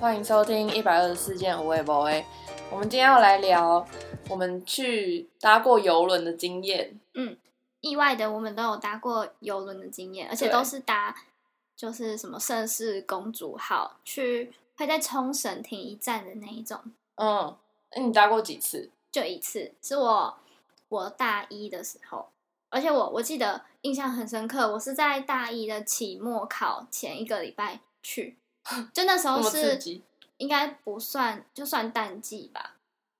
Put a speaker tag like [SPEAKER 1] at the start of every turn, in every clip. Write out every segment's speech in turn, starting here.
[SPEAKER 1] 欢迎收听一百二十四件无为不为。我们今天要来聊我们去搭过游轮的经验，
[SPEAKER 2] 意外的，我们都有搭过游轮的经验，而且
[SPEAKER 1] 对
[SPEAKER 2] 都是搭就是什么盛世公主号去，会在冲绳停一站的那一种，
[SPEAKER 1] 嗯，那你搭过几次？
[SPEAKER 2] 就一次，是我我大一的时候，而且我我记得印象很深刻，我是在大一的期末考前一个礼拜去，就那时
[SPEAKER 1] 那
[SPEAKER 2] 候
[SPEAKER 1] 么刺
[SPEAKER 2] 哦是
[SPEAKER 1] 激？
[SPEAKER 2] 应该不算，就算淡季吧。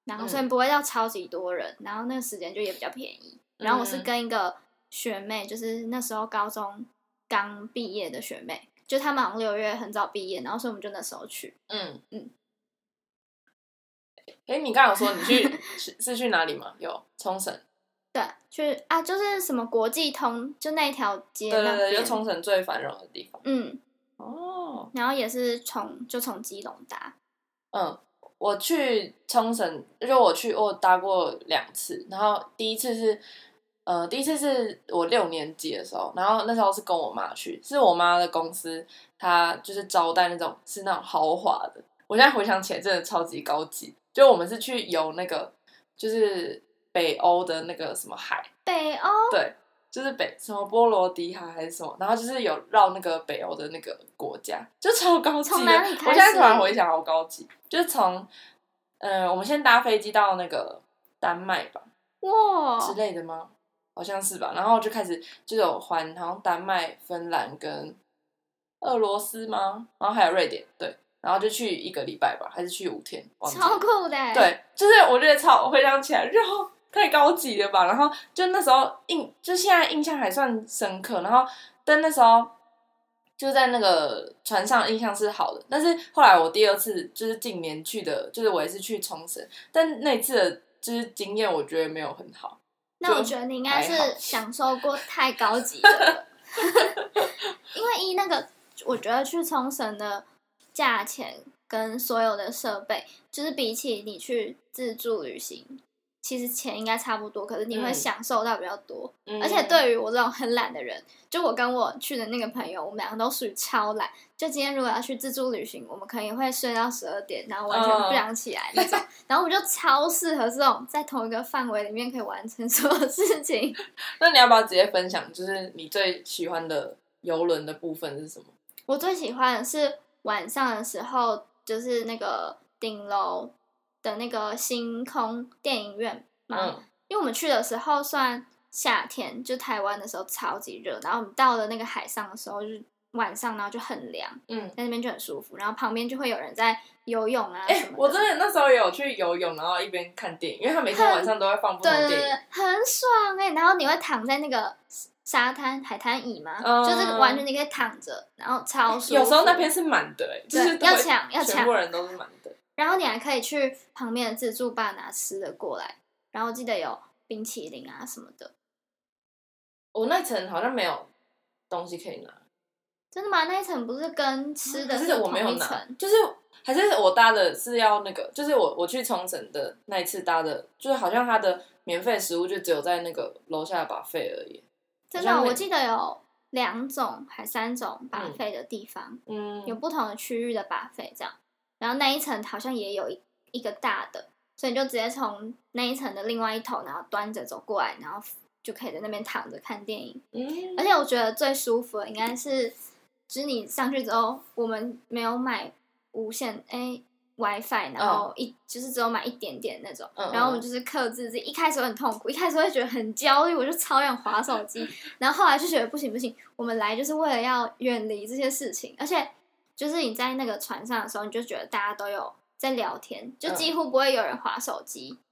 [SPEAKER 2] 然后
[SPEAKER 1] 嗯
[SPEAKER 2] 所以不会到超级多人，然后那个时间就也比较便宜。然后我是
[SPEAKER 1] 嗯
[SPEAKER 2] 跟一个学妹，就是那时候高中刚毕业的学妹，就她们好像六月很早毕业，然后所以我们就那时候去。
[SPEAKER 1] 嗯嗯
[SPEAKER 2] 嗯。
[SPEAKER 1] 哎，你刚刚有说你 去是是去哪里吗？有冲绳，
[SPEAKER 2] 对，去啊，就是什么国际通，就那一条街
[SPEAKER 1] 对
[SPEAKER 2] 那
[SPEAKER 1] 对
[SPEAKER 2] 边。
[SPEAKER 1] 对，就冲绳最繁荣的地方。
[SPEAKER 2] 嗯，
[SPEAKER 1] 哦，
[SPEAKER 2] 然后也是从就从基隆搭，
[SPEAKER 1] 嗯，我去冲绳，就我去我搭过两次，然后第一次是，呃，第一次是我六年级的时候，然后那时候是跟我妈去，是我妈的公司，她就是招待那种是那种豪华的，我现在回想起来真的超级高级，就我们是去游那个就是北欧的那个什么海，
[SPEAKER 2] 北欧
[SPEAKER 1] 对，就是北什么波罗的海还是什么，然后就是有绕那个北欧的那个国家，就超高级的。
[SPEAKER 2] 从哪里
[SPEAKER 1] 我现
[SPEAKER 2] 开
[SPEAKER 1] 在突然
[SPEAKER 2] 始
[SPEAKER 1] 回想，好高级，就是从，呃，我们先搭飞机到那个丹麦吧、之
[SPEAKER 2] 哇，
[SPEAKER 1] 类的吗？好像是吧。然后就开始就有环，好像丹麦、芬兰跟俄罗斯吗？然后还有瑞典，对。然后就去一个礼拜吧，还是去五天？忘记了
[SPEAKER 2] 超酷的欸！
[SPEAKER 1] 对，就是我觉得超我回想起来，然后太高级了吧？然后就那时候印，就现在印象还算深刻。然后但那时候就在那个船上印象是好的，但是后来我第二次就是近年去的，就是我也是去冲绳，但那一次的就是经验我觉得没有很好。
[SPEAKER 2] 那
[SPEAKER 1] 就
[SPEAKER 2] 我觉得你应该
[SPEAKER 1] 还好
[SPEAKER 2] 是享受过太高级的了， 因为一那个，我觉得去冲绳的价钱跟所有的设备，就是比起你去自助旅行，其实钱应该差不多，可是你会
[SPEAKER 1] 嗯
[SPEAKER 2] 享受到比较多。
[SPEAKER 1] 嗯
[SPEAKER 2] 而且对于我这种很懒的人，就我跟我去的那个朋友，我们两个都属于超懒。就今天如果要去自助旅行，我们可能也会睡到十二点，然后完全不想起来那种。然后我们就超适合这种在同一个范围里面可以完成所有事情。
[SPEAKER 1] 那你要不要直接分享，就是你最喜欢的游轮的部分是什么？
[SPEAKER 2] 我最喜欢的是晚上的时候，就是那个顶楼的那个星空电影院嘛，
[SPEAKER 1] 嗯
[SPEAKER 2] 因为我们去的时候算夏天，就台湾的时候超级热，然后我们到了那个海上的时候，就是晚上然后就很凉，
[SPEAKER 1] 嗯。
[SPEAKER 2] 在那边就很舒服，然后旁边就会有人在游泳啊
[SPEAKER 1] 哎、
[SPEAKER 2] 什么的。
[SPEAKER 1] 我真的那时候也有去游泳，然后一边看电影，因为他每天晚上都会放不同
[SPEAKER 2] 对
[SPEAKER 1] 的
[SPEAKER 2] 对
[SPEAKER 1] 电影。
[SPEAKER 2] 对，很爽哎、然后你会躺在那个沙滩海滩椅嘛，
[SPEAKER 1] 嗯
[SPEAKER 2] 就是完全你可以躺着，然后超舒服。
[SPEAKER 1] 有时候那边是满的、欸，就是都
[SPEAKER 2] 要
[SPEAKER 1] 会
[SPEAKER 2] 抢要
[SPEAKER 1] 全
[SPEAKER 2] 抢
[SPEAKER 1] 部，人都是满的。
[SPEAKER 2] 然后你还可以去旁边的自助吧拿吃的过来，然后记得有冰淇淋啊什么的。
[SPEAKER 1] 我那层好像没有东西可以拿，
[SPEAKER 2] 真的吗？那一层不是跟吃的
[SPEAKER 1] 嗯可是我
[SPEAKER 2] 同
[SPEAKER 1] 没有
[SPEAKER 2] 一
[SPEAKER 1] 拿
[SPEAKER 2] 层，
[SPEAKER 1] 就是还是我搭的是要那个，就是我我去冲绳的那一次搭的，就是好像它的免费食物就只有在那个楼下把费而已。
[SPEAKER 2] 真
[SPEAKER 1] 好
[SPEAKER 2] 的，
[SPEAKER 1] 像没
[SPEAKER 2] 我记得有两种还三种把费的地方，有
[SPEAKER 1] 嗯，
[SPEAKER 2] 不同的区域的把费这样。然后那一层好像也有一一个大的，所以你就直接从那一层的另外一头，然后端着走过来，然后就可以在那边躺着看电影。
[SPEAKER 1] 嗯
[SPEAKER 2] 而且我觉得最舒服的应该是，就是你上去之后，我们没有买无线哎、WiFi，然后一、就是只有买一点点那种，
[SPEAKER 1] 嗯嗯嗯
[SPEAKER 2] 然后我们就是克制自己。一开始我很痛苦，一开始会觉得很焦虑，我就超想划手机，然后后来就觉得不行不行，我们来就是为了要远离这些事情，而且就是你在那个船上的时候，你就觉得大家都有在聊天，就几乎不会有人划手机。
[SPEAKER 1] 嗯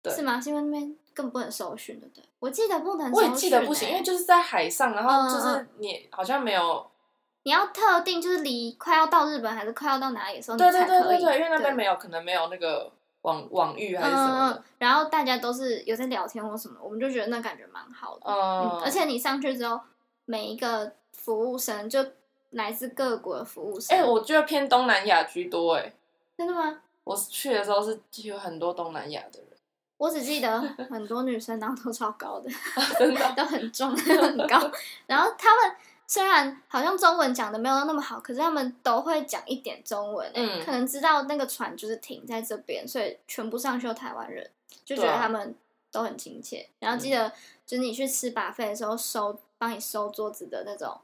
[SPEAKER 1] 对
[SPEAKER 2] 是吗？是因为那边更不能搜寻，对不对？我记得不能搜
[SPEAKER 1] 我
[SPEAKER 2] 寻、
[SPEAKER 1] 也记得不行，
[SPEAKER 2] 欸
[SPEAKER 1] 因为就是在海上，然后就
[SPEAKER 2] 嗯
[SPEAKER 1] 是
[SPEAKER 2] 嗯
[SPEAKER 1] 你好像没有，
[SPEAKER 2] 你要特定就是离快要到日本还是快要到哪里的时候，你
[SPEAKER 1] 对对
[SPEAKER 2] 才
[SPEAKER 1] 对
[SPEAKER 2] 嗯可
[SPEAKER 1] 对
[SPEAKER 2] 以。
[SPEAKER 1] 对，因为那边没有，可能没有那个网网域还
[SPEAKER 2] 嗯
[SPEAKER 1] 是什么
[SPEAKER 2] 嗯
[SPEAKER 1] 的
[SPEAKER 2] 嗯，，然后大家都是有在聊天或什么，我们就觉得那感觉蛮好的。
[SPEAKER 1] 嗯，
[SPEAKER 2] 而且你上去之后，每一个服务生就来自各国的服务生。
[SPEAKER 1] 哎、我觉得偏东南亚居多、欸，哎。
[SPEAKER 2] 真的吗？
[SPEAKER 1] 我去的时候是有很多东南亚的人，啊
[SPEAKER 2] 我只记得 很多女生，然后都超高的，
[SPEAKER 1] 啊真的。
[SPEAKER 2] 都很重很高。然后他们虽然好像中文讲的没有那么好，可是他们都会讲一点中文、
[SPEAKER 1] 嗯
[SPEAKER 2] 可能知道那个船就是停在这边，所以全部上修台湾人，就觉
[SPEAKER 1] 对
[SPEAKER 2] 得
[SPEAKER 1] 啊嗯
[SPEAKER 2] 他们都很亲切。然后记得就是你去吃把费的时候收，帮你收桌子的那种，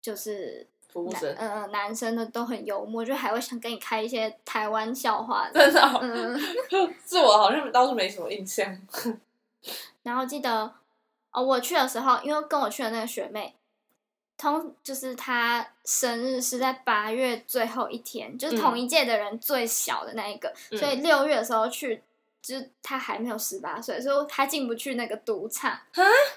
[SPEAKER 2] 就是
[SPEAKER 1] 服务
[SPEAKER 2] 男
[SPEAKER 1] 生，
[SPEAKER 2] 嗯、呃、男生的都很幽默，就还会想跟你开一些台湾笑话。
[SPEAKER 1] 真的哦、
[SPEAKER 2] 嗯，
[SPEAKER 1] 是我好像倒是没什么印象。
[SPEAKER 2] 然后记得哦，我去的时候，因为跟我去的那个学妹，通就是她生日是在八月最后一天，就是同一届的人最小的那一个，
[SPEAKER 1] 嗯
[SPEAKER 2] 所以六月的时候去。就是她还没有十八岁，所以她进不去那个赌场。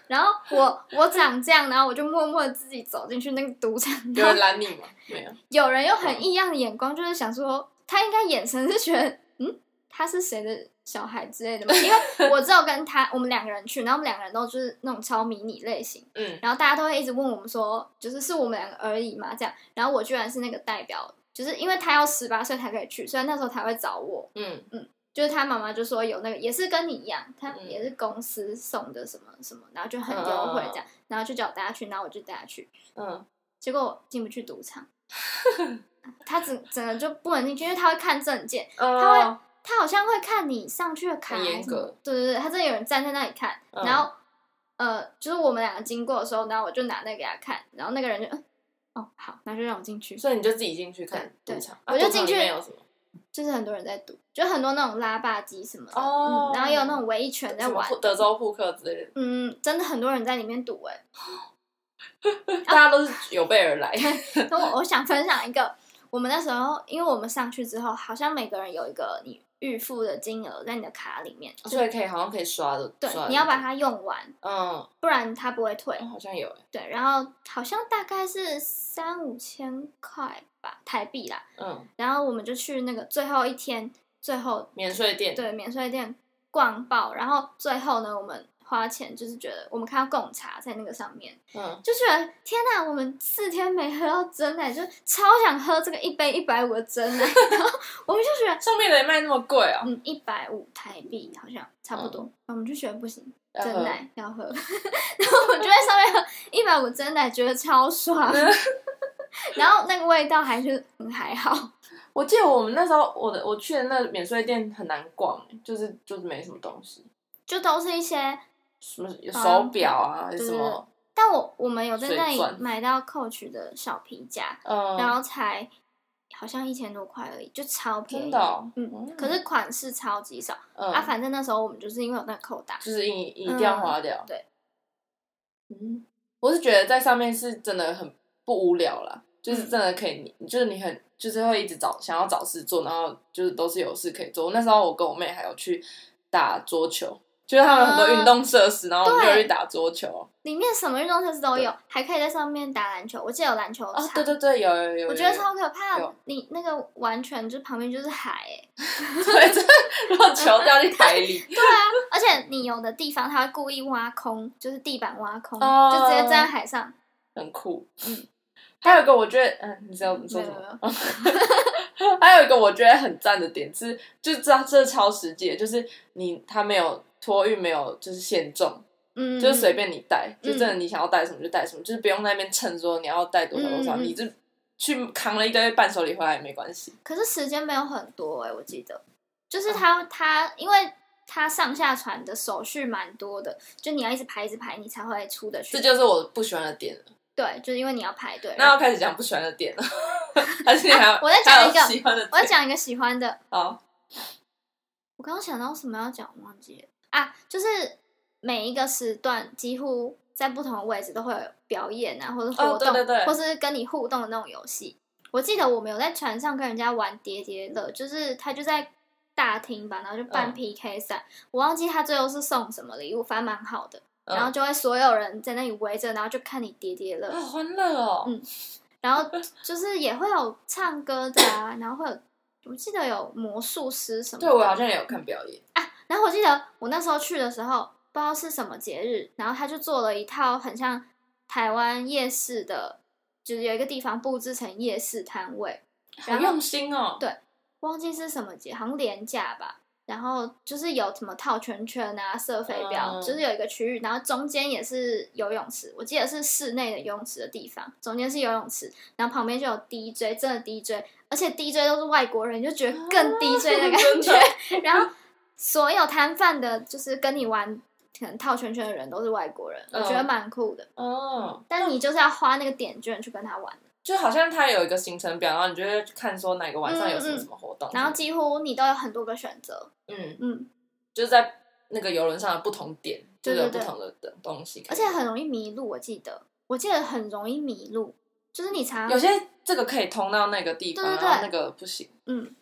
[SPEAKER 2] 然后我我长这样，然后我就默默地自己走进去那个赌场。
[SPEAKER 1] 有
[SPEAKER 2] 然后
[SPEAKER 1] 人拦你吗？ 没有。
[SPEAKER 2] 有人用很异样的眼光，就是想说，他应该眼神是觉得，嗯，他是谁的小孩之类的嘛？因为我只有跟他，我们两个人去，然后我们两个人都就是那种超迷你类型，
[SPEAKER 1] 嗯，
[SPEAKER 2] 然后大家都会一直问我们说，就是是我们两个而已嘛，这样。然后我居然是那个代表，就是因为他要十八岁才可以去，所以那时候才会找我。
[SPEAKER 1] 嗯，
[SPEAKER 2] 就是他妈妈就说有那个也是跟你一样，他
[SPEAKER 1] 嗯
[SPEAKER 2] 也是公司送的什么什么，然后就很优惠这样，然后就叫我带他去，然后我就带他去，
[SPEAKER 1] 嗯，
[SPEAKER 2] 结果我进不去赌场，他整整个就不能进去，因为他会看证件，他
[SPEAKER 1] 哦
[SPEAKER 2] 会，他好像会看你上去的卡，
[SPEAKER 1] 很严格，
[SPEAKER 2] 对对对，他真的有人站在那里看，
[SPEAKER 1] 嗯
[SPEAKER 2] 然后呃，就是我们两个经过的时候，然后我就拿那个给他看，然后那个人就嗯，哦好，那就让我进去，
[SPEAKER 1] 所以你就自己进去看
[SPEAKER 2] 对
[SPEAKER 1] 赌
[SPEAKER 2] 对
[SPEAKER 1] 场，
[SPEAKER 2] 我
[SPEAKER 1] 啊
[SPEAKER 2] 就
[SPEAKER 1] 赌场
[SPEAKER 2] 进去
[SPEAKER 1] 里面有什么？
[SPEAKER 2] 就是很多人在赌，就很多那种拉霸机什么的，
[SPEAKER 1] 哦
[SPEAKER 2] 嗯，然后也有那种围一圈在
[SPEAKER 1] 什么
[SPEAKER 2] 玩
[SPEAKER 1] 扑，德州扑克之类的，
[SPEAKER 2] 嗯，真的很多人在里面赌哎、
[SPEAKER 1] 大家都是有备而来。
[SPEAKER 2] 那我我想分享一个，我们那时候，因为我们上去之后，好像每个人有一个你预付的金额在你的卡里面，就
[SPEAKER 1] 所以可以好像可以刷的，
[SPEAKER 2] 对
[SPEAKER 1] 刷，的
[SPEAKER 2] 你要把它用完，
[SPEAKER 1] 嗯，
[SPEAKER 2] 不然它不会退
[SPEAKER 1] 哦。好像有欸，
[SPEAKER 2] 对，然后好像大概是三五千块吧台币啦，
[SPEAKER 1] 嗯，
[SPEAKER 2] 然后我们就去那个最后一天，最后
[SPEAKER 1] 免税店，
[SPEAKER 2] 对免税店逛爆，然后最后呢，我们花钱就是觉得我们看到贡茶在那个上面，
[SPEAKER 1] 嗯，
[SPEAKER 2] 就觉得天哪，我们四天没喝到真奶，就超想喝这个一杯一百五的真奶， 然后我们就觉得，
[SPEAKER 1] 上面的也卖那么贵哦，
[SPEAKER 2] 嗯，一百五台币好像差不多，然后我们就觉得不行，
[SPEAKER 1] 要
[SPEAKER 2] 真
[SPEAKER 1] 喝
[SPEAKER 2] 奶要喝， 然后我们就在上面喝一百五真奶，觉得超爽， 然后那个味道还是很还好，
[SPEAKER 1] 我记得我们那时候，我的我去的那免税店很难逛，欸就是就是没什么东西，
[SPEAKER 2] 就都是一些，
[SPEAKER 1] 什么有
[SPEAKER 2] 啊
[SPEAKER 1] 手表啊，还是
[SPEAKER 2] 对
[SPEAKER 1] 什么，
[SPEAKER 2] 但我我们有在
[SPEAKER 1] 水
[SPEAKER 2] 那里
[SPEAKER 1] 钻
[SPEAKER 2] 买到 Coach 的小皮夹，然
[SPEAKER 1] 嗯，
[SPEAKER 2] 后才好像一千多块而已，就超便宜，
[SPEAKER 1] 真的哦，
[SPEAKER 2] 嗯，可是款式超级少、啊，
[SPEAKER 1] 嗯，
[SPEAKER 2] 反正那时候我们就是因为有那个扣打，
[SPEAKER 1] 就是一一定要花掉，
[SPEAKER 2] 对，
[SPEAKER 1] 嗯，我是觉得在上面是真的很不无聊啦，就是
[SPEAKER 2] 嗯
[SPEAKER 1] 真的可以，你就是你很就是会一直找想要找事做，然后就是都是有事可以做。那时候我跟我妹还有去打桌球。就是他们很多运动设施，然后我们就
[SPEAKER 2] 啊对
[SPEAKER 1] 去打桌球。
[SPEAKER 2] 里面什么运动设施都有，还可以在上面打篮球，我记得有篮球场，
[SPEAKER 1] 哦，对对对，有有有有。
[SPEAKER 2] 啊我觉得
[SPEAKER 1] 有
[SPEAKER 2] 超可怕
[SPEAKER 1] 有，
[SPEAKER 2] 你那个完全就旁边就是海、欸，
[SPEAKER 1] 对，这如果球掉进海 里，
[SPEAKER 2] 对啊，而且你有的地方它会故意挖空，就是地板挖空，
[SPEAKER 1] 哦
[SPEAKER 2] 就直接站在海上，
[SPEAKER 1] 很酷。还有一个我觉得，嗯，你知道你说
[SPEAKER 2] 嗯
[SPEAKER 1] 什
[SPEAKER 2] 没有
[SPEAKER 1] 么？
[SPEAKER 2] 没 有，
[SPEAKER 1] 还有一个我觉得很赞的点是，就知道这超实际的，就是你它没有托运，没有就是限重，
[SPEAKER 2] 嗯，
[SPEAKER 1] 就是随便你带，
[SPEAKER 2] 嗯
[SPEAKER 1] 就真的你想要带什么就带什么，就是不用在那边称说你要带多少多少，
[SPEAKER 2] 嗯嗯嗯
[SPEAKER 1] 你就去扛了一堆伴手礼回来也没关系。
[SPEAKER 2] 可是时间没有很多哎、我记得，就是
[SPEAKER 1] 啊
[SPEAKER 2] 他他因为他上下船的手续蛮多的，就你要一直排一直排，你才会出得去
[SPEAKER 1] 这。就是我不喜欢的点了。
[SPEAKER 2] 对，就是因为你要排队。
[SPEAKER 1] 那要开始讲不喜欢的点 了，还是你还有、
[SPEAKER 2] 我再讲一个
[SPEAKER 1] 还有喜欢的
[SPEAKER 2] 我要
[SPEAKER 1] 点？
[SPEAKER 2] 讲一个喜欢的，
[SPEAKER 1] 好，
[SPEAKER 2] 我刚刚想到什么要讲，我忘记了啊，就是每一个时段几乎在不同的位置都会有表演啊，或者活动，
[SPEAKER 1] 哦对对对
[SPEAKER 2] 或是跟你互动的那种游戏。我记得我们有在船上跟人家玩叠叠乐，就是他就在大厅吧，然后就办
[SPEAKER 1] 嗯
[SPEAKER 2] PK 赛，我忘记他最后是送什么礼物，反正蛮好的。
[SPEAKER 1] 嗯
[SPEAKER 2] 然后就会所有人在那里围着，然后就看你叠叠 乐，
[SPEAKER 1] 好欢乐哦。
[SPEAKER 2] 嗯然后就是也会有唱歌的啊，然后会有我记得有魔术师什么的，
[SPEAKER 1] 对，我好像也有看表演。
[SPEAKER 2] 啊然后我记得我那时候去的时候，不知道是什么节日，然后他就做了一套很像台湾夜市的，就是有一个地方布置成夜市摊位，
[SPEAKER 1] 好用心哦。
[SPEAKER 2] 忘记是什么节，好像廉价吧。然后就是有什么套圈圈啊、射飞镖，
[SPEAKER 1] 嗯
[SPEAKER 2] 就是有一个区域，然后中间也是游泳池，我记得是室内的游泳池的地方，中间是游泳池，然后旁边就有 DJ，真的 DJ，而且 DJ 都是外国人，你就觉得
[SPEAKER 1] 啊
[SPEAKER 2] 更 DJ 的感觉。然后所有摊贩的，就是跟你玩可能套圈圈的人都是外国人，我觉得
[SPEAKER 1] 嗯
[SPEAKER 2] 蛮酷的。
[SPEAKER 1] 哦，
[SPEAKER 2] 但你就是要花那个点券去跟他玩，
[SPEAKER 1] 就好像它有一个行程表，然后你就会看说哪个晚上有什
[SPEAKER 2] 嗯嗯
[SPEAKER 1] 么什么活动，
[SPEAKER 2] 然后几乎你都有很多个选择。
[SPEAKER 1] 嗯，
[SPEAKER 2] 嗯，
[SPEAKER 1] 就是在那个游轮上的不同点，就
[SPEAKER 2] 对
[SPEAKER 1] 是有
[SPEAKER 2] 对
[SPEAKER 1] 不
[SPEAKER 2] 对
[SPEAKER 1] 同的的东西可
[SPEAKER 2] 而
[SPEAKER 1] 以
[SPEAKER 2] 且
[SPEAKER 1] 玩，
[SPEAKER 2] 很容易迷路，我记得，我记得很容易迷路，就是你常
[SPEAKER 1] 有些这个可以通到那个地方，
[SPEAKER 2] 对对对
[SPEAKER 1] 然后那个不行。
[SPEAKER 2] 嗯，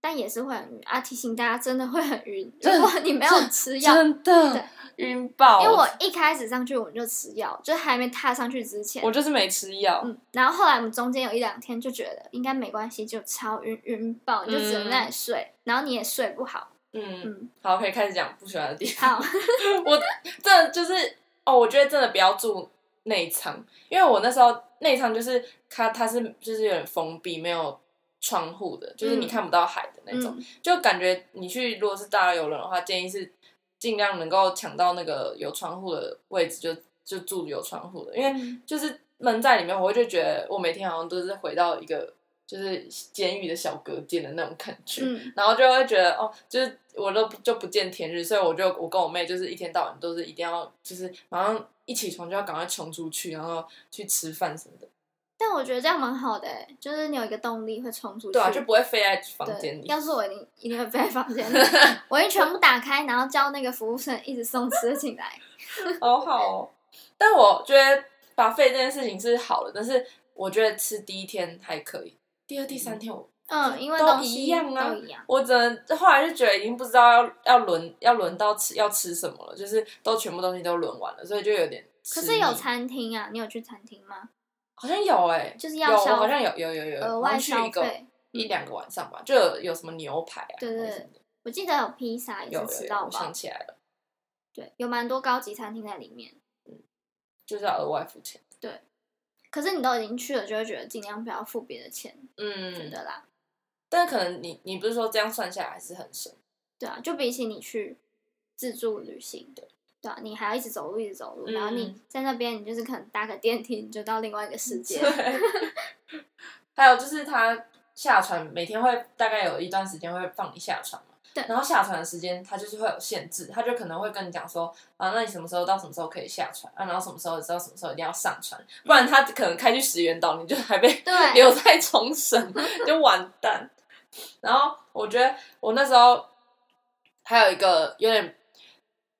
[SPEAKER 2] 但也是会很晕啊。提醒大家，真的会很晕，
[SPEAKER 1] 真
[SPEAKER 2] 如
[SPEAKER 1] 的
[SPEAKER 2] 果你没有吃药。
[SPEAKER 1] 真
[SPEAKER 2] 对
[SPEAKER 1] 的晕爆！
[SPEAKER 2] 因为我一开始上去我们就吃药，就还没踏上去之前
[SPEAKER 1] 我，就是没吃药，
[SPEAKER 2] 嗯，然后后来我们中间有一两天就觉得应该没关系，就超晕晕爆，你就只能在那里睡，然后你也睡不好，
[SPEAKER 1] 嗯，
[SPEAKER 2] 嗯，
[SPEAKER 1] 好，可以开始讲不喜欢的地方。
[SPEAKER 2] 好，
[SPEAKER 1] 我真的就是哦，我觉得真的不要住内舱，因为我那时候内舱就是它它是就是有点封闭，没有窗户的，就是你
[SPEAKER 2] 嗯
[SPEAKER 1] 看不到海的那种，
[SPEAKER 2] 嗯
[SPEAKER 1] 就感觉你去如果是大游轮的话，建议是尽量能够抢到那个有窗户的位置就，就住有窗户的，因为就是闷在里面，我会就觉得我每天好像都是回到一个就是监狱的小隔间的那种感觉，
[SPEAKER 2] 嗯，
[SPEAKER 1] 然后就会觉得哦，就是我都不就不见天日，所以我就我跟我妹就是一天到晚都是一定要就是马上一起床就要赶快冲出去，然后去吃饭什么的，
[SPEAKER 2] 但我觉得这样蛮好的、欸就是你有一个动力会冲出去，
[SPEAKER 1] 对啊，就不会飞在房间
[SPEAKER 2] 对，
[SPEAKER 1] 里。
[SPEAKER 2] 要是我一定一定会在房 间里，我会全部打开，然后叫那个服务生一直送吃的进来。
[SPEAKER 1] 好好、哦。但我觉得把费这件事情是好的，但是我觉得吃第一天还可以，第二、第三天我
[SPEAKER 2] 嗯，因为
[SPEAKER 1] 都
[SPEAKER 2] 东西
[SPEAKER 1] 一样啊
[SPEAKER 2] 都一样。
[SPEAKER 1] 我只能后来就觉得已经不知道要要轮要轮到吃要吃什么了，就是都全部东西都轮完了，所以就有点吃
[SPEAKER 2] 可
[SPEAKER 1] 腻。
[SPEAKER 2] 是有餐厅啊，你有去餐厅吗？
[SPEAKER 1] 好像有哎、
[SPEAKER 2] 就是
[SPEAKER 1] 有
[SPEAKER 2] 要
[SPEAKER 1] 我
[SPEAKER 2] 消
[SPEAKER 1] 好像有有有有
[SPEAKER 2] 额
[SPEAKER 1] 好像
[SPEAKER 2] 外
[SPEAKER 1] 去
[SPEAKER 2] 消
[SPEAKER 1] 一个
[SPEAKER 2] 费。嗯
[SPEAKER 1] 一两个晚上吧，就有有什么牛排啊，
[SPEAKER 2] 对对
[SPEAKER 1] 还是什么的
[SPEAKER 2] 我记得有披萨也
[SPEAKER 1] 有
[SPEAKER 2] 是
[SPEAKER 1] 有
[SPEAKER 2] 吃
[SPEAKER 1] 有，
[SPEAKER 2] 到
[SPEAKER 1] 我想
[SPEAKER 2] 饱，
[SPEAKER 1] 起来了，
[SPEAKER 2] 对，有蛮多高级餐厅在里面。
[SPEAKER 1] 就是要额外付钱。
[SPEAKER 2] 可是你都已经去了，就会觉得尽量不要付别的钱，真
[SPEAKER 1] 嗯，
[SPEAKER 2] 的啦。
[SPEAKER 1] 但可能你你不是说这样算下来还是很省？
[SPEAKER 2] 对啊，就比起你去自助旅行，对对啊，你还要一直走路，一直走路，然后你
[SPEAKER 1] 嗯
[SPEAKER 2] 在那边，你就是可能搭个电梯，你就到另外一个世界。
[SPEAKER 1] 对。 还有就是他下船每天会大概有一段时间会放你下船嘛，
[SPEAKER 2] 对
[SPEAKER 1] 然后下船的时间他就是会有限制，他就可能会跟你讲说啊，那你什么时候到什么时候可以下船啊，然后什么时候知道什么时候一定要上船，不然他可能开去石原岛，你就还被
[SPEAKER 2] 对
[SPEAKER 1] 留在冲 绳就完蛋。然后我觉得我那时候还有一个有点，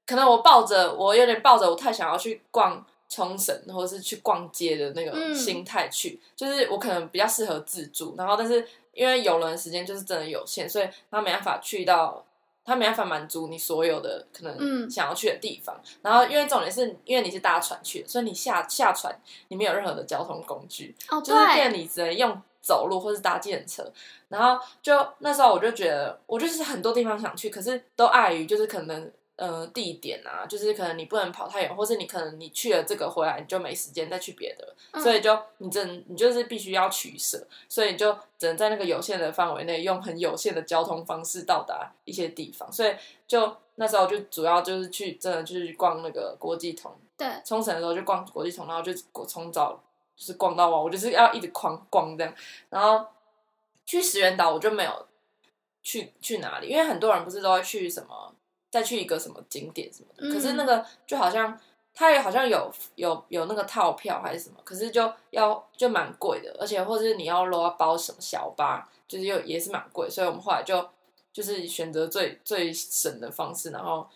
[SPEAKER 1] 可能我抱着我有点抱着我太想要去逛冲绳或者是去逛街的那
[SPEAKER 2] 嗯
[SPEAKER 1] 个心态去，就是我可能比较适合自助，然后但是因为游轮的时间就是真的有限，所以他没办法去到。他没办法满足你所有的可
[SPEAKER 2] 嗯
[SPEAKER 1] 能想要去的地方，然后因为重点是因为你是搭船去的，所以你下下船你没有任何的交通工具，
[SPEAKER 2] 哦，
[SPEAKER 1] 就是
[SPEAKER 2] 对，
[SPEAKER 1] 店里只能用走路或是搭电车。然后就那时候我就觉得，我就是很多地方想去，可是都碍于就是可能呃地点啊，就是可能你不能跑太远，或是你可能你去了这个回来你就没时间再去别的了，
[SPEAKER 2] 嗯
[SPEAKER 1] 所以就你只能你就是必须要取舍，所以你就只能在那个有限的范围内用很有限的交通方式到达一些地方，所以就。那时候就主要就是去真的就是逛那个国际通，
[SPEAKER 2] 对，
[SPEAKER 1] 冲绳的时候就逛国际通，然后就从早就是逛到晚，我就是要一直狂逛这样。然后去石原岛我就没有去去哪里，因为很多人不是都会去什么再去一个什么景点什么的，
[SPEAKER 2] 嗯
[SPEAKER 1] 可是那个就好像它也好像有有有那个套票还是什么，可是就要就蛮贵的，而且或者是你要搂包什么小巴，就是又也是蛮贵，所以我们后来就就是选择最最省的方式，然后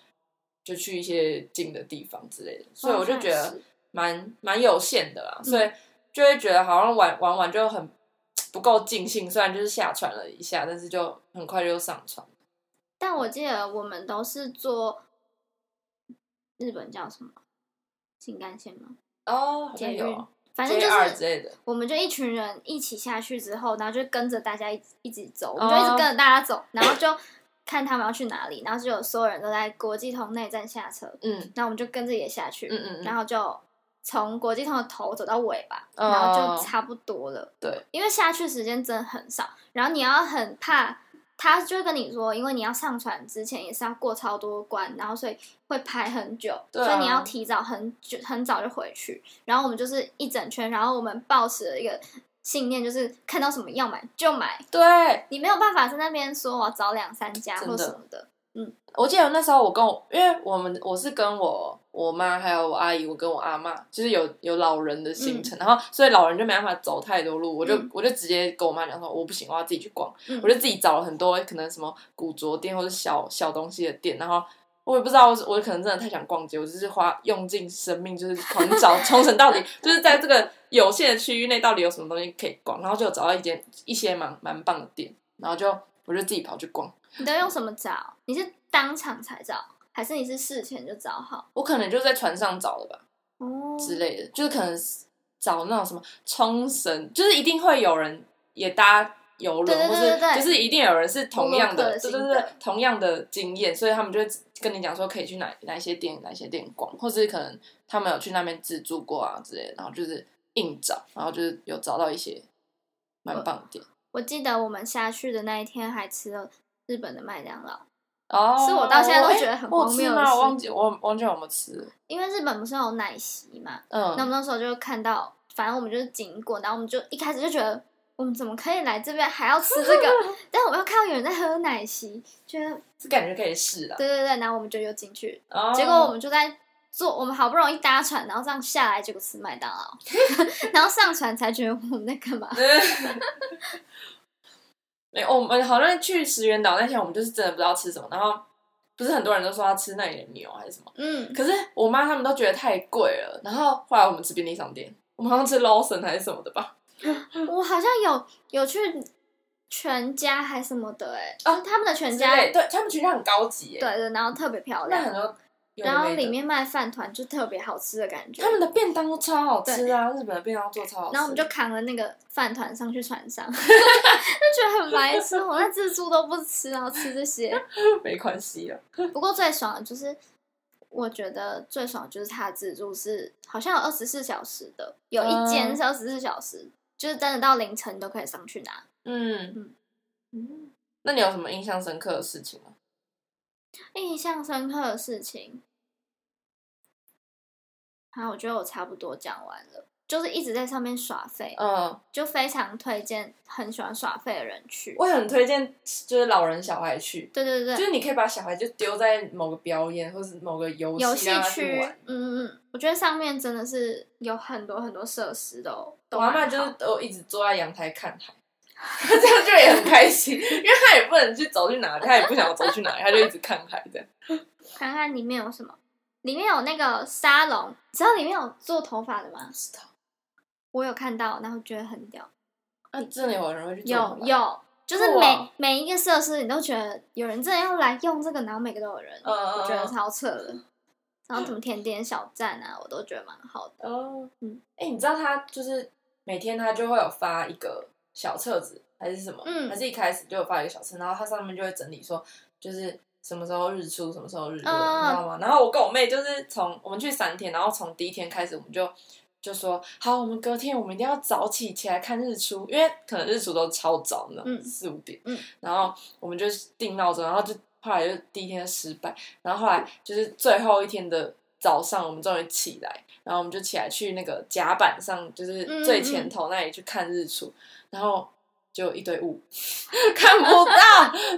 [SPEAKER 1] 就去一些近的地方之类的，所以我就觉
[SPEAKER 2] 哦那也
[SPEAKER 1] 得
[SPEAKER 2] 是
[SPEAKER 1] 蛮蛮有限的啦，
[SPEAKER 2] 嗯
[SPEAKER 1] 所以就会觉得好像玩玩玩就很不够尽兴，虽然就是下船了一下，但是就很快就上船。
[SPEAKER 2] 但我记得我们都是坐日本叫什么新干线吗？
[SPEAKER 1] 哦，好像
[SPEAKER 2] 捷运
[SPEAKER 1] 有啊，
[SPEAKER 2] 反正就
[SPEAKER 1] JR 之
[SPEAKER 2] 是
[SPEAKER 1] 类的，
[SPEAKER 2] 我们就一群人一起下去之后，然后就跟着大家一起一起走，我们就一直跟着大家走，然后就看他们要去哪里，然后就有所有人都在国际通内站下车，
[SPEAKER 1] 嗯
[SPEAKER 2] 那我们就跟着也下去，
[SPEAKER 1] 嗯嗯嗯，
[SPEAKER 2] 然后就从国际通的头走到尾吧，
[SPEAKER 1] 哦
[SPEAKER 2] 然后就差不多了。
[SPEAKER 1] 对，
[SPEAKER 2] 因为下去时间真的很少，然后你要很怕他就会跟你说，因为你要上船之前也是要过超多关，然后所以会排很久，
[SPEAKER 1] 对啊
[SPEAKER 2] 所以你要提早很久很早就回去。然后我们就是一整圈，然后我们抱持了一个信念，就是看到什么要买就买，
[SPEAKER 1] 对，
[SPEAKER 2] 你没有办法在那边说我找两三家
[SPEAKER 1] 真
[SPEAKER 2] 或
[SPEAKER 1] 的
[SPEAKER 2] 什么的。
[SPEAKER 1] 我记得那时候我跟我，因为我们我是跟我我妈还有我阿姨，我跟我阿妈，就是有有老人的行程，然后所以老人就没办法走太多路，我就、
[SPEAKER 2] 嗯
[SPEAKER 1] 我就直接跟我妈讲说，我不行，我要自己去逛，
[SPEAKER 2] 嗯
[SPEAKER 1] 我就自己找了很多可能什么古着店或者小小东西的店，然后。我也不知道，我我可能真的太想逛街，我就是花用尽生命，就是狂找 冲绳到底就是在这个有限的区域内到底有什么东西可以逛，然后就有找到一间一些蛮蛮棒的店，然后就我就自己跑去逛，
[SPEAKER 2] 你都用什么找？你是当场才找，还是你是事前就找好？
[SPEAKER 1] 我可能就是在船上找的吧。
[SPEAKER 2] 哦，
[SPEAKER 1] 之类的，就是可能找那种什么冲绳，就是一定会有人也搭游轮，
[SPEAKER 2] 对对对对
[SPEAKER 1] 或
[SPEAKER 2] 对
[SPEAKER 1] 是就是一定有人是同样
[SPEAKER 2] 布鲁克
[SPEAKER 1] 的，
[SPEAKER 2] 的
[SPEAKER 1] 对
[SPEAKER 2] 心
[SPEAKER 1] 对
[SPEAKER 2] 得
[SPEAKER 1] 对，同样的经验，所以他们就会跟你讲说可以去哪哪些店、哪些店逛，或是可能他们有去那边自助过啊之类的，然后就是硬找，然后就是有找到一些蛮棒的店。
[SPEAKER 2] 我记得我们下去的那一天还吃了日本的麦当劳，
[SPEAKER 1] 哦，
[SPEAKER 2] 是我到现在都
[SPEAKER 1] 哎
[SPEAKER 2] 觉得很
[SPEAKER 1] 我有
[SPEAKER 2] 荒
[SPEAKER 1] 吃
[SPEAKER 2] 谬的
[SPEAKER 1] 吗？
[SPEAKER 2] 事
[SPEAKER 1] 我忘记我忘记我们吃了，
[SPEAKER 2] 因为日本不是有奶昔嘛，那我
[SPEAKER 1] 嗯，
[SPEAKER 2] 们那时候就看到，反正我们就是经过，然后我们就一开始就觉得。我们怎么可以来这边还要吃这个？ 但我们又看到有人在喝奶昔，觉得
[SPEAKER 1] 是感觉可以试啦。
[SPEAKER 2] 对对对，然后我们就又进去，
[SPEAKER 1] 哦
[SPEAKER 2] 结果我们就在坐，我们好不容易搭船，然后这样下来，结果吃麦 当劳，然后上船才觉得我们在干嘛。
[SPEAKER 1] 没，我们好像去石原岛那天，我们就是真的不知道吃什么，然后不是很多人都说要吃那里的牛还是什么，
[SPEAKER 2] 嗯，
[SPEAKER 1] 可是我妈他们都觉得太贵了，然后后来我们吃便利商店，我们好像吃 Lawson 还是什么的吧，
[SPEAKER 2] 嗯我好像有有去全家还什么的哎、欸，
[SPEAKER 1] 哦
[SPEAKER 2] 就是他们的全
[SPEAKER 1] 之
[SPEAKER 2] 家
[SPEAKER 1] 类，对他们全家很高级耶，
[SPEAKER 2] 对对，然后特别漂
[SPEAKER 1] 那很
[SPEAKER 2] 亮，
[SPEAKER 1] 多有的没的，
[SPEAKER 2] 然后里面卖饭团就特别好吃的感觉。
[SPEAKER 1] 他们的便当都超好吃啊，日本的便当做超好吃，
[SPEAKER 2] 然后我们就扛了那个饭团上去船上， 就觉得很白痴。我那自助都不吃，然后吃这些。
[SPEAKER 1] 没关系了，
[SPEAKER 2] 不过最爽的就是，我觉得最爽的就是它的自助是好像有二十四小时的，有
[SPEAKER 1] 嗯
[SPEAKER 2] 一间是二十四小时，就是真的到凌晨都可以上去拿。
[SPEAKER 1] 嗯
[SPEAKER 2] 嗯
[SPEAKER 1] 嗯，那你有什么印象深刻的事情吗？
[SPEAKER 2] 嗯印象深刻的事情，啊，我觉得我差不多讲完了，就是一直在上面耍废，
[SPEAKER 1] 嗯，
[SPEAKER 2] 就非常推荐很喜欢耍废的人去。
[SPEAKER 1] 我很推荐就是老人小孩去，
[SPEAKER 2] 对对对
[SPEAKER 1] 就，是你可以把小孩就丢在某个表演或是某个游
[SPEAKER 2] 游
[SPEAKER 1] 戏
[SPEAKER 2] 戏
[SPEAKER 1] 让他啊去
[SPEAKER 2] 区
[SPEAKER 1] 玩。，
[SPEAKER 2] 嗯嗯嗯，我觉得上面真的是有很多很多设施的哦，
[SPEAKER 1] 我
[SPEAKER 2] 都
[SPEAKER 1] 阿妈
[SPEAKER 2] 蛮
[SPEAKER 1] 就是
[SPEAKER 2] 好
[SPEAKER 1] 都一直坐在阳台看海， 这样就也很开 心，因为她也不能去走去哪，她也不想走去哪，她就一直看海这样。
[SPEAKER 2] 看看里面有什么，里面有那个沙龙，知道里面有做头发的吗？
[SPEAKER 1] 知道，
[SPEAKER 2] 我有看到，然后觉得很屌，
[SPEAKER 1] 啊，真的有人会去做
[SPEAKER 2] 呃有
[SPEAKER 1] 吗，
[SPEAKER 2] 有。就是
[SPEAKER 1] 酷
[SPEAKER 2] 每
[SPEAKER 1] 哦
[SPEAKER 2] 每一个设施，你都觉得有人真的要来用这个，然后每个都有人，
[SPEAKER 1] 嗯嗯嗯
[SPEAKER 2] 我觉得超扯的。然后什么甜点小站啊，我都觉得蛮好的。
[SPEAKER 1] 哦，嗯
[SPEAKER 2] 嗯，
[SPEAKER 1] 哎、你知道她就是每天她就会有发一个小册子还是什么，
[SPEAKER 2] 嗯
[SPEAKER 1] 还是一开始就有发一个小册，然后她上面就会整理说就是。什么时候日出，什么时候日落，
[SPEAKER 2] 嗯
[SPEAKER 1] 你知道吗？然后我跟我妹就是从我们去三天，然后从第一天开始，我们就就说好，我们隔天我们一定要早起起来看日出，因为可能日出都超早呢，
[SPEAKER 2] 嗯
[SPEAKER 1] 四五点。
[SPEAKER 2] 嗯
[SPEAKER 1] 然后我们就定闹钟，然后就后来就第一天失败，然后后来就是最后一天的早上，我们终于起来，然后我们就起来去那个甲板上，就是
[SPEAKER 2] 嗯
[SPEAKER 1] 最前头那里去看日出，然后就一堆雾， 看不到，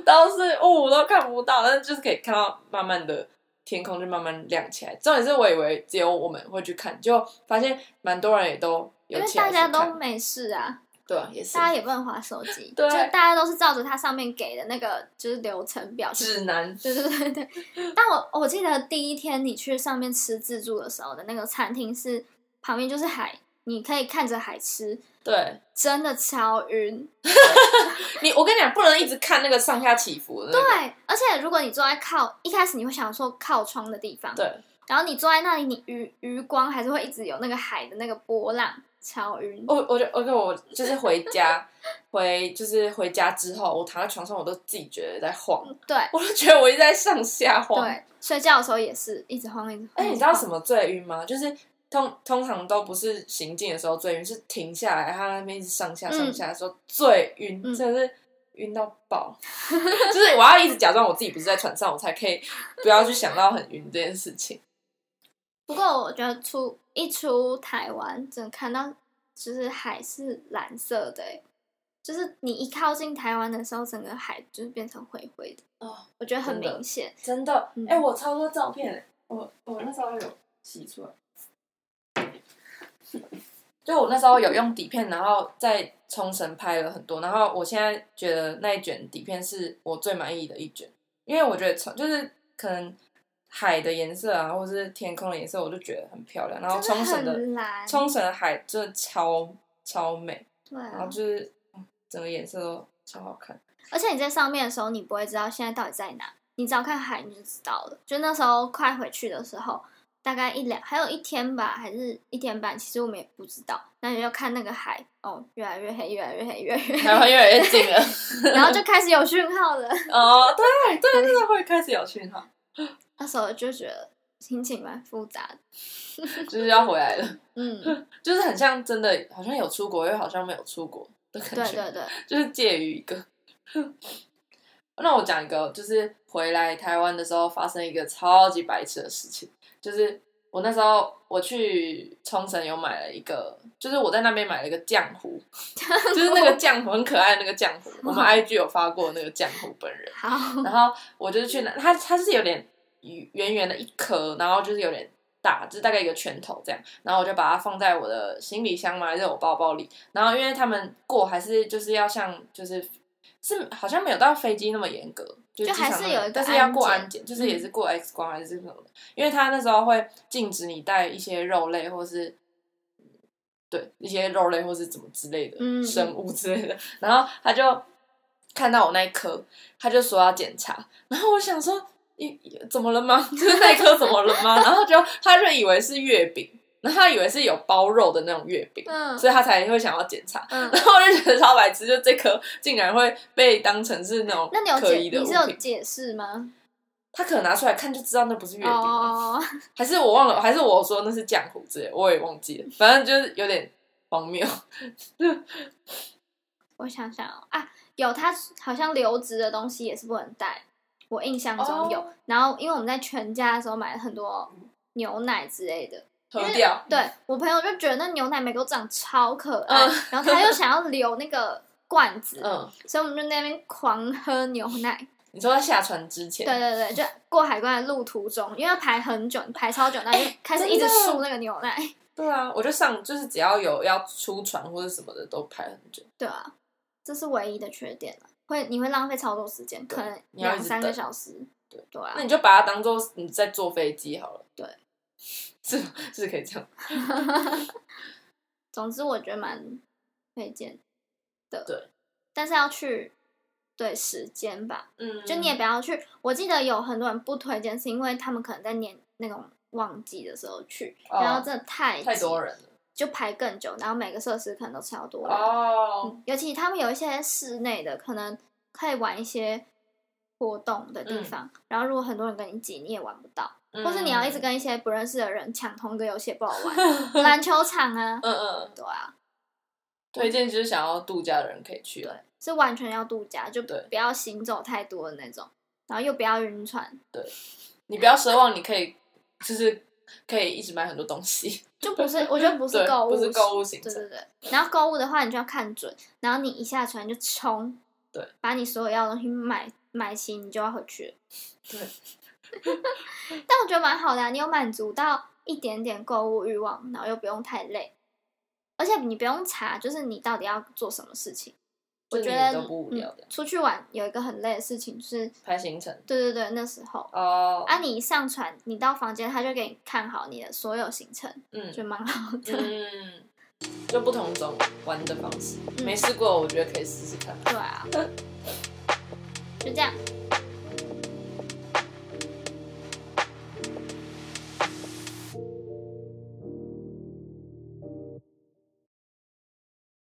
[SPEAKER 1] 都是雾都看不到，但是就是可以看到慢慢的天空就慢慢亮起来。重点是我以为只有我们会去看，就发现蛮多人也都有
[SPEAKER 2] 因为
[SPEAKER 1] 起来
[SPEAKER 2] 大
[SPEAKER 1] 去
[SPEAKER 2] 家
[SPEAKER 1] 看，
[SPEAKER 2] 都没事啊，
[SPEAKER 1] 对啊，也是
[SPEAKER 2] 大家也不能划手机，
[SPEAKER 1] 对
[SPEAKER 2] 就大家都是照着它上面给的那个就是流程表去
[SPEAKER 1] 指南
[SPEAKER 2] 对对对对，但我我记得第一天你去上面吃自助的时候的那个餐厅是旁边就是海，你可以看着海吃，
[SPEAKER 1] 对。
[SPEAKER 2] 真的超晕。
[SPEAKER 1] 你我跟你讲，不能一直看那个上下起伏的、那个。
[SPEAKER 2] 对，而且如果你坐在靠一开始你会想说靠窗的地方，
[SPEAKER 1] 对，
[SPEAKER 2] 然后你坐在那里，你余余光还是会一直有那个海的那个波浪，超晕。
[SPEAKER 1] 我我就我就我就是回家， 回就是回家之后，我躺在床上，我都自己觉得在晃，
[SPEAKER 2] 对
[SPEAKER 1] 我都觉得我一直在上下晃。
[SPEAKER 2] 对，睡觉的时候也是一直晃一直晃。
[SPEAKER 1] 而哎且你知道什么最晕吗？就是通通常都不是行进的时候最晕，是停下来，他那边一直上下上下的时候最晕，
[SPEAKER 2] 嗯
[SPEAKER 1] 真的是晕到爆， 就是我要一直假装我自己不是在船上，我才可以不要去想到很晕这件事情。
[SPEAKER 2] 不过我觉得出一出台湾，只看到就是海是蓝色的、欸，就是你一靠近台湾的时候，整个海就是变成灰灰的，
[SPEAKER 1] 哦，
[SPEAKER 2] 我觉得很
[SPEAKER 1] 真的
[SPEAKER 2] 明显。
[SPEAKER 1] 真的，哎、
[SPEAKER 2] 嗯
[SPEAKER 1] 我超多照片、欸，我我那时候有洗出来，就我那时候有用底片，然后在冲绳拍了很多，然后我现在觉得那一卷底片是我最满意的一卷，因为我觉得冲就是可能海的颜色啊，或者是天空的颜色，我就觉得很漂亮，然后冲绳
[SPEAKER 2] 真的
[SPEAKER 1] 的
[SPEAKER 2] 很蓝，
[SPEAKER 1] 冲绳的海真的超超美，
[SPEAKER 2] 对
[SPEAKER 1] 然后
[SPEAKER 2] 啊，
[SPEAKER 1] 就是嗯整个颜色都超好看。
[SPEAKER 2] 而且你在上面的时候，你不会知道现在到底在哪，你只要看海你就知道了。就那时候快回去的时候，大概一两还有一天吧，还是一天半，其实我们也不知道。那你就看那个海，哦，越来越黑，越来越黑， 越来越
[SPEAKER 1] 台湾越来越近了，
[SPEAKER 2] 黑，然后就开始有讯号了。
[SPEAKER 1] 哦，对对，那个会开始有讯号。
[SPEAKER 2] 那时候就觉得心情蛮复杂的，
[SPEAKER 1] 就是要回来了，
[SPEAKER 2] 嗯，
[SPEAKER 1] 就是很像真的，好像有出国，又好像没有出国的感觉，
[SPEAKER 2] 对对对，
[SPEAKER 1] 就是介于一个。 那我讲一个，就是回来台湾的时候发生一个超级白痴的事情，就是我那时候我去冲绳有买了一个，就是我在那边买了一个浆 糊，就是那个浆糊很可爱的那个浆糊，我们 IG 有发过那个浆糊本人。
[SPEAKER 2] 好，
[SPEAKER 1] 然后我就是去拿它，它是有点圆圆的一颗，然后就是有点大，就是大概一个拳头这样。然后我就把它放在我的行李箱嘛，还是我包包里。然后因为他们过还是就是要像就是是好像没有到飞机那么严格，就
[SPEAKER 2] 就
[SPEAKER 1] 机场
[SPEAKER 2] 还是
[SPEAKER 1] 那么
[SPEAKER 2] 有一个
[SPEAKER 1] 但是要过
[SPEAKER 2] 安检
[SPEAKER 1] 安检，就是也
[SPEAKER 2] 嗯
[SPEAKER 1] 是过 X 光还是什么的。因为他那时候会禁止你带一些肉类或是。对一些肉类或是怎么之类的、
[SPEAKER 2] 嗯嗯
[SPEAKER 1] 生物之类的，然后他就看到我那一颗，他就说要检查，然后我想说，你怎么了吗？ 就是那一颗怎么了吗？然后就他就以为是月饼，然后他以为是有包肉的那种月饼，
[SPEAKER 2] 嗯
[SPEAKER 1] 所以他才会想要检查。
[SPEAKER 2] 嗯，
[SPEAKER 1] 然后我就觉得超白痴，就这颗竟然会被当成是那种
[SPEAKER 2] 那你有
[SPEAKER 1] 可疑
[SPEAKER 2] 解
[SPEAKER 1] 的
[SPEAKER 2] 你
[SPEAKER 1] 物
[SPEAKER 2] 是有
[SPEAKER 1] 品，
[SPEAKER 2] 解释吗？
[SPEAKER 1] 他可能拿出来看就知道那不是月饼啊，
[SPEAKER 2] 哦，
[SPEAKER 1] 还是我忘了，还是我说那是浆糊之类，我也忘记了，反正就是有点荒 谬。
[SPEAKER 2] 我想想哦啊，有它好像留职的东西也是不能带，我印象中有。
[SPEAKER 1] 哦
[SPEAKER 2] 然后因为我们在全家的时候买了很多牛奶之类的，
[SPEAKER 1] 喝掉，
[SPEAKER 2] 对我朋友就觉得那牛奶每个都长超可爱，
[SPEAKER 1] 嗯
[SPEAKER 2] 然后他 又想要留那个罐子，
[SPEAKER 1] 嗯，
[SPEAKER 2] 所以我们就在那边狂喝牛奶。
[SPEAKER 1] 你说在下船之前，
[SPEAKER 2] 对对对，就过海关的路途中，因为要排很久，排超久，那就开始一直
[SPEAKER 1] 哎真的
[SPEAKER 2] 输那个牛奶。
[SPEAKER 1] 对啊，我就上就是只要有要出船或者什么的都排很久。
[SPEAKER 2] 对啊，这是唯一的缺点了，会你会浪费超多时间，可能
[SPEAKER 1] 你要一
[SPEAKER 2] 两
[SPEAKER 1] 直
[SPEAKER 2] 三个
[SPEAKER 1] 等
[SPEAKER 2] 小时。
[SPEAKER 1] 对
[SPEAKER 2] 对啊
[SPEAKER 1] 那，你就把它当做你在坐飞机好了。
[SPEAKER 2] 对，
[SPEAKER 1] 是是可以这样。
[SPEAKER 2] 总之我觉得蛮推荐的。
[SPEAKER 1] 对，
[SPEAKER 2] 但是要去对时间吧，
[SPEAKER 1] 嗯
[SPEAKER 2] 就你也不要去。我记得有很多人不推荐，是因为他们可能在年那种旺季的时候去，
[SPEAKER 1] 哦
[SPEAKER 2] 然后真的太
[SPEAKER 1] 太多
[SPEAKER 2] 人，
[SPEAKER 1] 人了
[SPEAKER 2] 就排更久，然后每个设施可能都超多人。
[SPEAKER 1] 哦。
[SPEAKER 2] 嗯尤其他们有一些室内的，可能可以玩一些活动的
[SPEAKER 1] 嗯
[SPEAKER 2] 地方，然后如果很多人跟你挤，你也玩不到，或是你要一
[SPEAKER 1] 嗯
[SPEAKER 2] 直跟一些不认识的人抢同一个游戏，也不好 玩。篮球场啊，
[SPEAKER 1] 嗯嗯，
[SPEAKER 2] 对啊，
[SPEAKER 1] 推荐就是想要度假的人可以去。啊
[SPEAKER 2] 对，是完全要度假，就
[SPEAKER 1] 对
[SPEAKER 2] 不要行走太多的那种，然后又不要晕船，
[SPEAKER 1] 你不要奢望你可以，就是可以一直买很多东西。
[SPEAKER 2] 就 不是，我觉得不是
[SPEAKER 1] 对
[SPEAKER 2] 购物，
[SPEAKER 1] 不是购物行
[SPEAKER 2] 对
[SPEAKER 1] 程
[SPEAKER 2] 对对。然后购物的话，你就要看准，然后你一下船就冲，
[SPEAKER 1] 对，
[SPEAKER 2] 把你所有要的东西买买齐，你就要回去了。
[SPEAKER 1] 对，
[SPEAKER 2] 但我觉得蛮好的、啊，你有满足到一点点购物欲望，然后又不用太累，而且你不用查，就是你到底要做什么事情。我
[SPEAKER 1] 就
[SPEAKER 2] 觉
[SPEAKER 1] 你
[SPEAKER 2] 得
[SPEAKER 1] 都不无聊
[SPEAKER 2] 嗯
[SPEAKER 1] 的、
[SPEAKER 2] 出去玩有一个很累的事情，就是
[SPEAKER 1] 排行程
[SPEAKER 2] 对对对，那时候
[SPEAKER 1] 哦。
[SPEAKER 2] 啊，你一上船，你到房间，他就给你看好你的所有行程，
[SPEAKER 1] 嗯
[SPEAKER 2] 就蛮好的。
[SPEAKER 1] 嗯，就不同种玩的方式，
[SPEAKER 2] 嗯
[SPEAKER 1] 没试过，我觉得可以试试看。
[SPEAKER 2] 对啊，就这样，